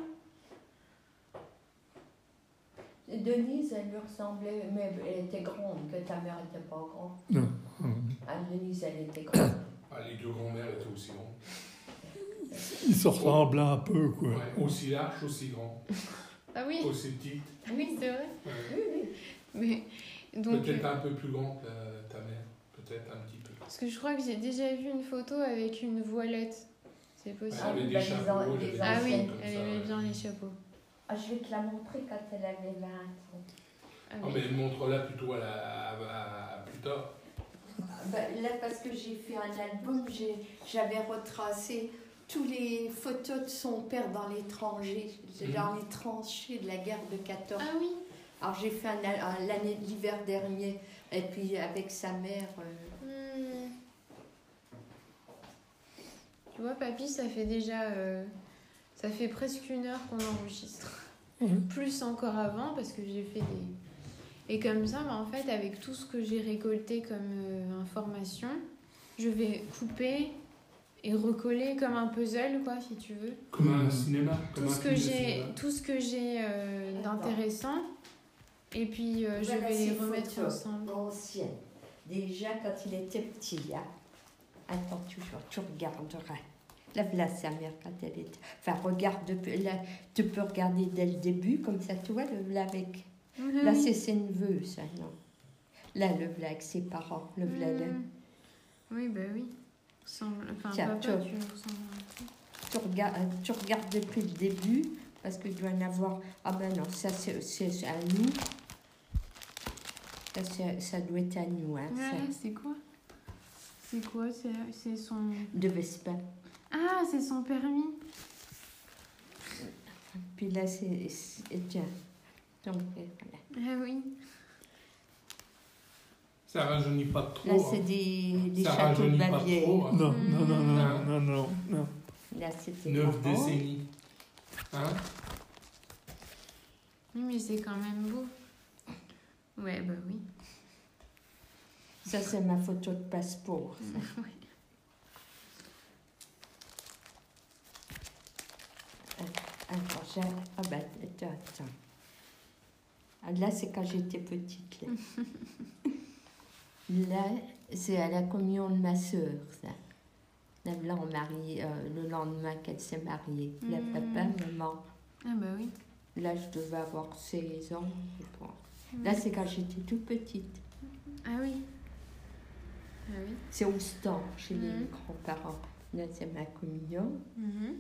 Et Denise, elle lui ressemblait, mais elle était grande, que ta mère n'était pas grande. Ah, Denise, elle était grande.
Ah, les deux grands-mères étaient aussi grands.
Ils se ressemblent un peu, quoi.
Ouais, aussi larges, aussi grands,
Ah oui,
aussi petites.
oui c'est vrai.
Ouais.
oui, oui.
Mais donc
Peut-être
euh,
un peu plus grand que la- ta mère, peut-être un petit peu.
parce que je crois que j'ai déjà vu une photo avec une voilette. C'est possible.
Ah
Elle
oui,
avait
bah,
des
les en-
chapeaux, elle
les
avait des
Ah oui,
chapeaux
anciennes,
comme
elle
ça,
aimait
ouais.
bien les chapeaux.
Ah, je vais te la montrer quand elle avait 20 ans.
Ah
Ah,
oui.
mais montre-la plutôt à, la, à- à- plus tard.
Ben, là, parce que j'ai fait un album, j'ai- j'avais retracé tous les photos de son père dans l'étranger,
Mhm.
dans les tranchées de la guerre de 14.
Ah oui,
Alors j'ai fait un, al- un- l'année l'hiver dernier, et puis avec sa mère. euh,
Hmm. Tu vois, papy, ça fait déjà. euh, ça fait presque une heure qu'on enregistre.
Mhm.
Plus encore avant, parce que j'ai fait des. Et comme ça, bah, en fait, avec tout ce que j'ai récolté comme euh, information, je vais couper et recoller comme un puzzle, quoi, si tu veux.
Comme un
Mhm.
cinéma. Comme
Tout
un
ce que
film de
j'ai,
cinéma.
tout ce que j'ai euh,
Attends.
d'intéressant. Et puis, euh, je
Voilà
vais les
ces
remettre
photos.
ensemble.
ancienne. Déjà quand il était petit, hein. Attends toujours, tu regarderas. Là, voilà sa mère quand elle était. Enfin, regarde, depuis- là, tu peux regarder dès le début, comme ça, tu vois, le, là, avec. Là, c'est ses neveux, ça, non Là, le v'là avec ses parents, le v'là là.
Mm. Oui, bah oui. Ressemble- Enfin,
Tiens,
papa,
tu vois.
tu ressembles à un peu.
Tu regardes, tu regardes depuis le début, parce que tu dois en avoir. Ah ben non, ça, c'est c'est à nous. Ça, c'est- ça doit être à nous, hein,
Ouais,
ça.
c'est quoi C'est quoi C'est- C'est son.
De Vespin.
Ah, c'est son permis
Puis là, c'est. c'est- Tiens. Donc, euh,
Ah oui.
Ça rajeunit pas trop.
voilà. Là, c'est
hein.
des, des
ça
châteaux de
rajeunit pas
Bavière.
trop. hein.
Non, non, non, non, non, non, non.
Là, c'était.
Neuf
marrant.
décennies. Hein
Oui, mais c'est quand même beau. Ouais, bah oui.
Ça, c'est ma photo de passeport. ça. Euh, Attends, j'ai- ah bah, attends, attends. Ah, Là, c'est quand j'étais petite. Là, Là, c'est à la communion de ma sœur, ça. Là, voilà, on marie, euh, le lendemain qu'elle s'est mariée. Là,
Mm.
papa, maman.
Ah bah oui.
Là, je devais avoir 16 ans, je pense. Là, c'est quand j'étais toute petite.
Ah oui. Ah oui.
C'est au stand, chez les
Mhm.
grands-parents. Là, c'est ma communion.
Mhm.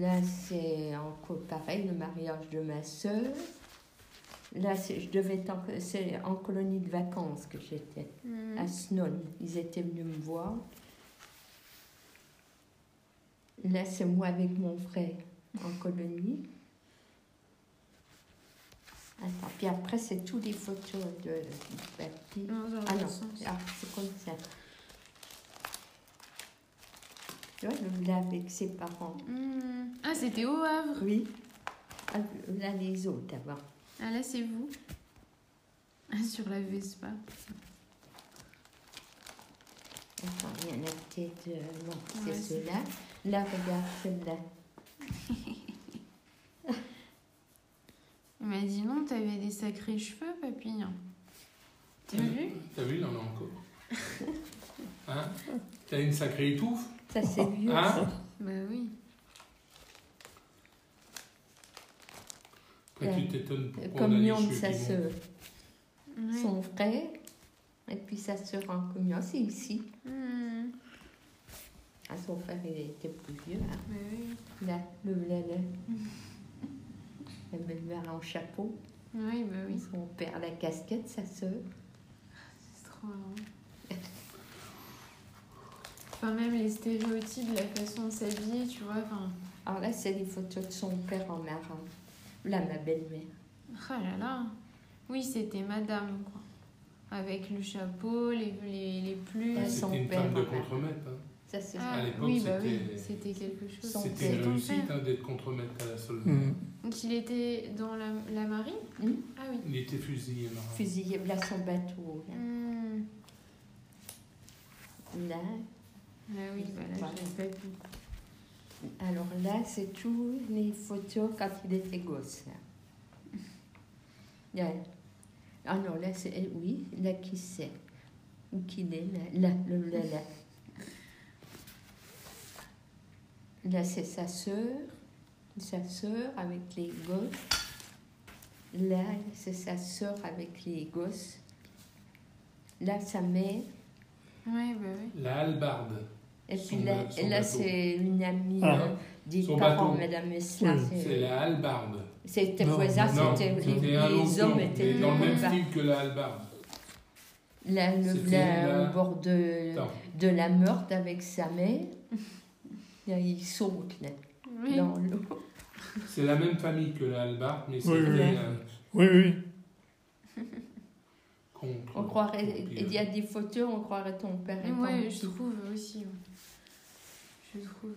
Là, c'est encore pareil, le mariage de ma sœur. Là, c'est- je devais être en, c'est en colonie de vacances que j'étais,
Mhm.
à Snow. Ils étaient venus me voir. Là, c'est moi avec mon frère en colonie. Attends, puis après, c'est toutes les photos de, de papy.
Non, Mmh. dans
Ah
l'autre
non,
sens.
ah, c'est comme ça. Tu vois, le là avec ses parents.
Mhm. Ah, c'était au Havre.
Oui. Ah, là, les autres avant.
Ah là, c'est vous. Ah, sur la Vespa.
Attends, il y en a peut-être. euh, non,
Ouais,
c'est
c'est-
ceux-là. Là, regarde celle-là.
Il m'a dit non, t'avais des sacrés cheveux, papy. T'as vu
T'as vu, il en a encore. Hein T'as une sacrée étouffe
Ça, c'est vieux.
Hein
ça.
Bah oui.
Après, tu t'étonnes
Euh,
pourquoi on a
Communion
les
de
cheveux
sa
qui montent.
sœur.
Ouais.
Son frère. Et puis sa sœur en communion. C'est ici.
Hmm.
Ah, son frère, il était plus vieux. hein.
Bah oui.
Là, le là, là. La belle-mère en chapeau.
Oui, bah oui.
Son père, la casquette, sa sœur.
C'est trop marrant. Enfin, même les stéréotypes, la façon de s'habiller, tu vois. Enfin,
Alors là, c'est les photos de son père en marin. Là, ma belle-mère.
oh là là. Oui, c'était madame, quoi. avec le chapeau, les, les, les plumes.
Elles sont
C'était une
belles,
femme de
en fait.
contremaître. hein.
Ça, c'est
Ah,
Ah, À l'époque,
oui, bah oui,
c'était-
c'était quelque chose.
Son
C'était
père.
une
Ton
réussite
père.
hein, d'être contremaître à la solde.
Mm.
Hmm.
Donc il était dans la, la marine
Hmm.
Ah oui.
Il était fusillé marin.
fusillé là, son bateau. Là,
Hmm.
Là.
Ah oui, bah là,
Voilà.
j'avais pas vu.
Alors là, c'est tous les photos quand il était gosse. Là. Là. Ah non, là, c'est. eh Oui, là, qui c'est Où qu'il est Là, là, là, là. Là, Là, c'est sa sœur. Sa sœur avec les gosses. Là, c'est sa sœur avec les gosses. Là, sa mère.
Ouais, bah oui.
La hallebarde.
Et puis
Son
là,
ba- son
là
bateau.
c'est une amie
Ah.
hein, des
Son
parents,
bateau.
Madame Esla.
Oui.
C'est la hallebarde.
C'était
Non,
voisin,
non,
c'était les,
c'était un autre
les hommes
nom,
étaient
mais dans le même
là,
style que la hallebarde.
là, le
C'était
blanc
la-
au bord de,
Attends.
de la Meurthe avec sa mère. Là, il saute là,
Oui.
dans l'eau.
C'est la même famille que la hallebarde, mais c'est euh,
Oui, oui. Oui,
un
oui.
contre.
On croirait,
contre-
il y a des photos, on croirait ton père.
Et
est
moi,
parti.
je trouve aussi. ouais. Je trouve.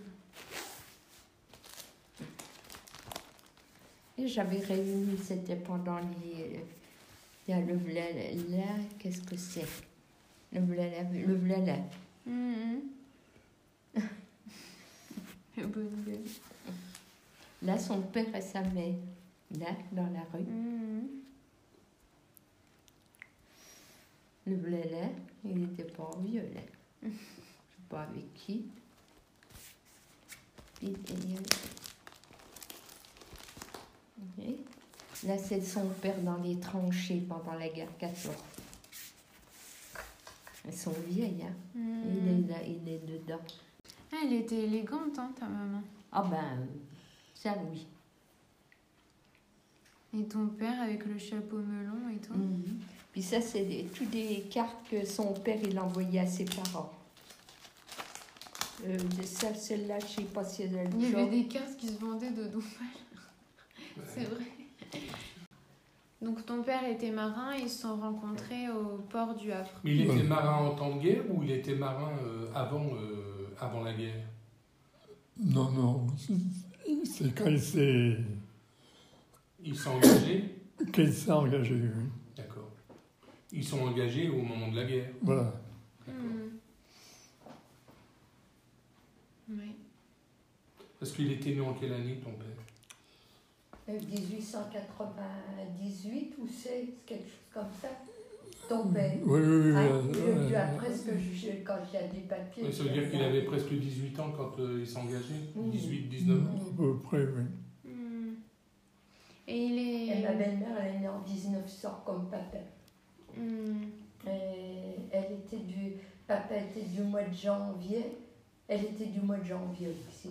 Et j'avais réuni, c'était pendant les. euh, Il y a le vla là, qu'est-ce que c'est Le vla là, le vla là. Mmh.
Hum, hum. Bonne idée.
Là, son père et sa mère, là, dans la rue.
Hum,
Le blé là, il n'était pas vieux là. Je sais pas avec qui. Puis, et, euh, ok. Là, c'est son père dans les tranchées pendant la guerre 14. Elles sont vieilles, hein.
hum, hum.
Il est là, il est dedans.
Ah, elle était élégante, hein, ta maman.
Ah ben, euh, ça oui.
Et ton père avec le chapeau melon et tout.
Mhm. Puis ça, c'est des- toutes des cartes que son père il envoyait à ses parents. Euh, ça, celle-là, je sais pas si elle a le
Il y avait
genre.
des cartes qui se vendaient de doux. C'est vrai. Donc ton père était marin, ils se sont rencontrés au port du Havre.
Mais il était
Ouais.
marin en temps de guerre ou il était marin euh, avant, euh, avant la guerre
Non, non. C'est quand il s'est
Ils sont engagés
qu'il s'est engagé. oui.
D'accord. Ils sont engagés au moment de la guerre.
Voilà.
D'accord.
Hmm. Oui.
Parce qu'il était né en quelle année, ton père
Euh,
1898 ou 16, quelque chose comme ça, tombait.
Oui, oui, oui.
Ah,
euh,
je- je-
euh,
après ce que je- quand j'ai des papiers.
Oui, Ça veut dire qu'il avait presque 18 ans quand euh, il s'est engagé
Hmm.
18, 19
à
ans
peu près, oui.
Hmm. Et il
Et ma
est...
belle-mère, elle est née en 1900 comme papa.
Hmm.
Et elle était du, papa était du mois de janvier. Elle était du mois de janvier aussi.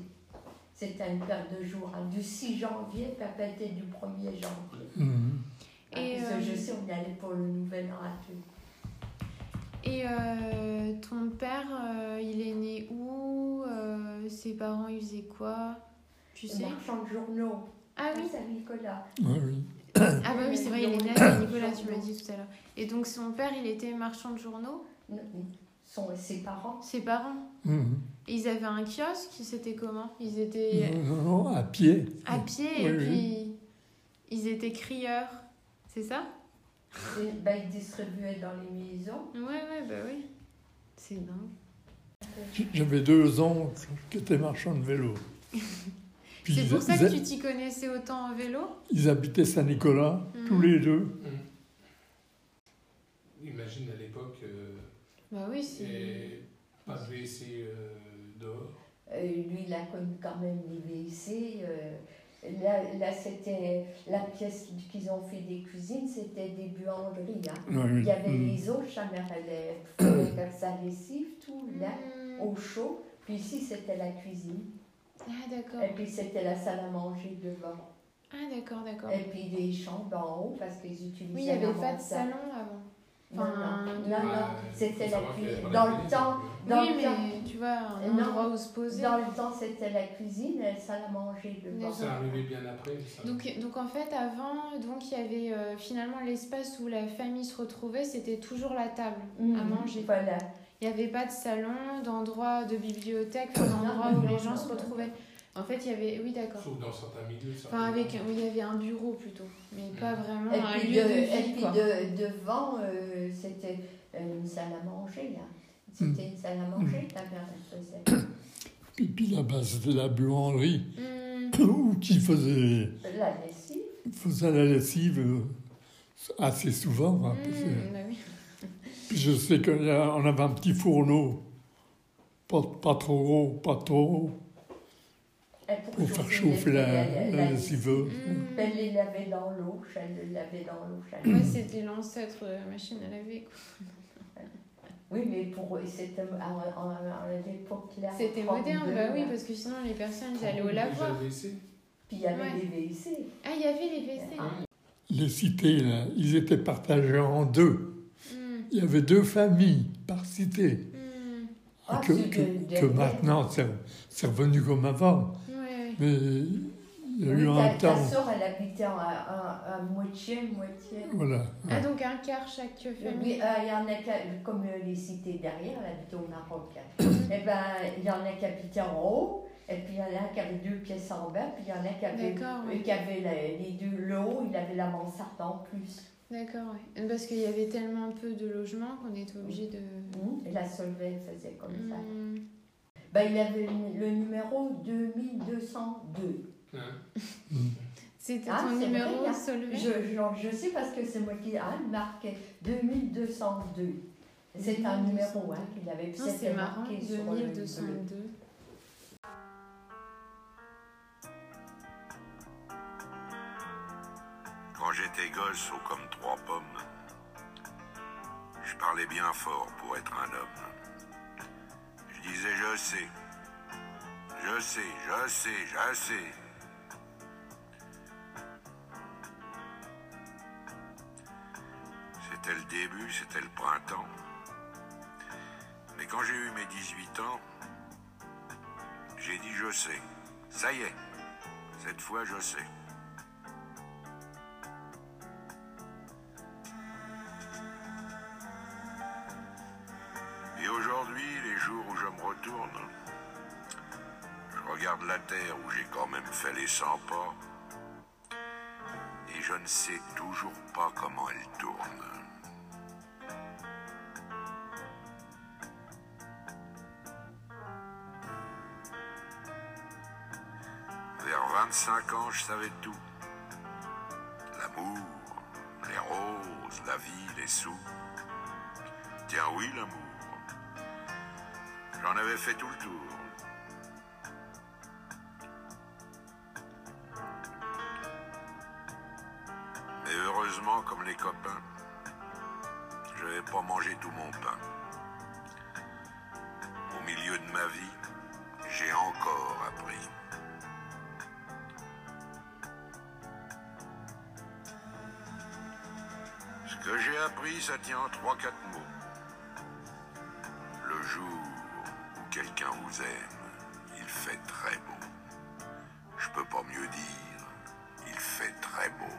C'était une paire de jours. hein. Du 6 janvier, papa était du 1er janvier.
Mhm.
Ah,
Et,
parce que
euh,
je sais, on allait pour le nouvel an à tout.
Et euh, ton père, euh, il est né où Euh, Ses parents, ils faisaient quoi Tu sais
Marchand de journaux.
Ah
Ah
oui,
oui, Saint-Nicolas.
Ah oui.
ah bah oui, c'est vrai, il est né à Saint-Nicolas, tu m'as dit tout à l'heure. Et donc son père, il était marchand de journaux.
Son, ses parents.
Ses parents,
Mhm.
Et Ils avaient un kiosque, c'était comment Ils étaient euh,
Non, non, non, à pied.
à pied et
Mmh. Oui,
puis
oui.
ils étaient crieurs, c'est ça
Et, bah, ils distribuaient dans les maisons.
Ouais, ouais, bah oui. C'est dingue.
J'avais deux oncles qui étaient marchands de vélo. Puis
C'est
ils-
pour ça
ils-
que tu t'y connaissais autant en vélo
Ils habitaient Saint-Nicolas,
Mhm.
tous les deux.
Hmm.
Hmm. Imagine à l'époque, euh,
Bah oui, c'est.
et pas de WC euh, dehors.
Euh, lui, il a connu quand même les WC. euh, là, là c'était la pièce qu'ils ont fait des cuisines, c'était des buanderies. hein.
Oui,
Mm.
oui.
Il y avait
Mhm.
les eaux, sa mère allait faire sa lessive, tout là,
Hmm.
au chaud. Puis ici, c'était la cuisine.
Ah d'accord.
Et puis, c'était la salle à manger devant.
Ah d'accord, d'accord.
Et puis, les chambres en haut, parce qu'ils utilisaient
Oui, il n'y avait
vraiment
pas de
ça.
salon avant.
Non,
Enfin,
non,
de-
non, non,
Ouais,
c'était
Ah, faut
la
savoir
cuisine.
qu'elle est
Dans
la
le temps, dans
oui,
le
mais
temps,
tu vois, un
Non.
endroit où se poser.
dans le temps, c'était la cuisine, elle salle à manger devant.
Déjà.
C'est arrivé bien après, ça.
euh,
Donc, donc en fait, avant, donc il y avait euh, finalement l'espace où la famille se retrouvait, c'était toujours la table à manger.
Mm. Voilà.
Il n'y avait pas de salon, d'endroit, de bibliothèque, enfin, d'endroit
Non,
où les
non,
gens
non,
se
non.
retrouvaient. En fait, il y avait, oui, d'accord.
Sauf dans certains milieux.
Enfin,
certainement.
avec, oui, il y avait un bureau plutôt, mais pas vraiment
Et
Ah, un
puis,
lieu
de-
de
et
vie.
puis
quoi.
de- devant, euh, c'était euh, une salle à manger, là.
Mm.
C'était une salle à manger, ta mère, elle faisait.
Puis, puis là-bas, c'était la buanderie
Hmm,
où qui faisait,
La lessive.
faisait la lessive euh, assez souvent. hein, parce que-
hmm, bah oui.
Puis je sais qu'on avait un petit fourneau, pas, pas trop gros, pas trop haut,
Elle
pour faire chauffer la, euh, la lessiveuse.
Mm.
Hmm.
Elle les lavait dans l'eau, elle les lavait dans l'eau. elle les-
Ouais, c'était l'ancêtre euh, machine à laver. quoi.
Oui, mais pour eux, c'était à, à- à l'époque-là.
C'était moderne,
32,
bah oui,
là.
parce que sinon les
euh,
personnes elles allaient au
Déjà
lavoir.
le WC.
Puis il y avait
Ouais.
des WC.
Ah, il y avait les WC.
Ah.
Les cités, là, ils étaient partagés en deux.
Hmm,
Il y avait deux familles par cité.
hmm,
Ah,
que,
c'est de-
que-
de-
que maintenant, c'est c'est revenu comme avant.
ouais, ouais.
Mais il y a
Oui,
eu
ta,
un
ta
temps.
sœur, elle habitait en- à, à- à moitié, moitié.
Voilà.
Ah, donc un quart chaque famille.
Oui, euh, il y en a qui, comme euh, les cités derrière, elle habitait au Maroc. là. et ben, il y en a qui habitaient en haut, et puis il y en a qui avaient deux pièces en bas, puis il y en a qui avaient,
D'accord, ouais.
qui avaient la- les deux, le haut, il avait la mansarde en plus.
D'accord, ouais. Parce qu'il y avait tellement peu de logements qu'on était obligé de.
Et la solvée faisait comme ça.
Hmm.
Ben, il avait le le numéro 2202.
Hein
C'était
Ah,
ton
c'est
numéro
vrai, hein.
Solvay
Je, genre, je sais parce que c'est moi qui a marqué 2202. C'est un
2202.
numéro hein, qu'il avait
Non, c'est
peut-être
marrant,
marqué sur le-
2202.
Quand j'étais gosse, haut comme trois pommes, je parlais bien fort pour être un homme. Je disais je sais, je sais, je sais, je sais. C'était le début, c'était le printemps. Mais quand j'ai eu mes 18 ans, j'ai dit je sais. Ça y est, cette fois je sais. Et aujourd'hui, les jours où je me retourne, je regarde la terre où j'ai quand même fait les 100 pas, et je ne sais toujours pas comment elle tourne. Vers 25 ans, je savais tout. L'amour, les roses, la vie, les sous. Tiens oui, l'amour. J'en avais fait tout le tour. Mais heureusement, comme les copains, je n'avais pas mangé tout mon pain. Au milieu de ma vie, j'ai encore appris. Ce que j'ai appris, ça tient en trois, quatre mots. Le jour où quelqu'un vous aime, il fait très beau. Je peux pas mieux dire, il fait très beau.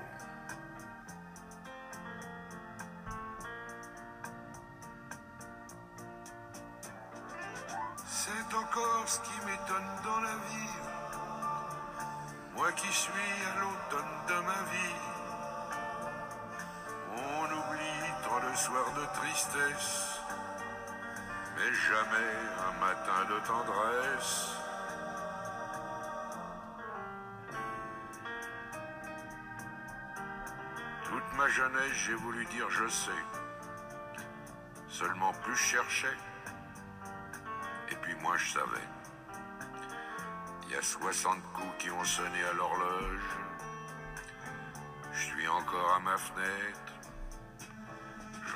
C'est encore ce qui m'étonne dans la vie. Moi qui suis à l'automne de ma vie. On oublie tant le soir de tristesse, mais jamais un matin de tendresse. Toute ma jeunesse, j'ai voulu dire je sais. Seulement plus je cherchais, et puis moi je savais. Il y a 60 coups qui ont sonné à l'horloge. Je suis encore à ma fenêtre. Je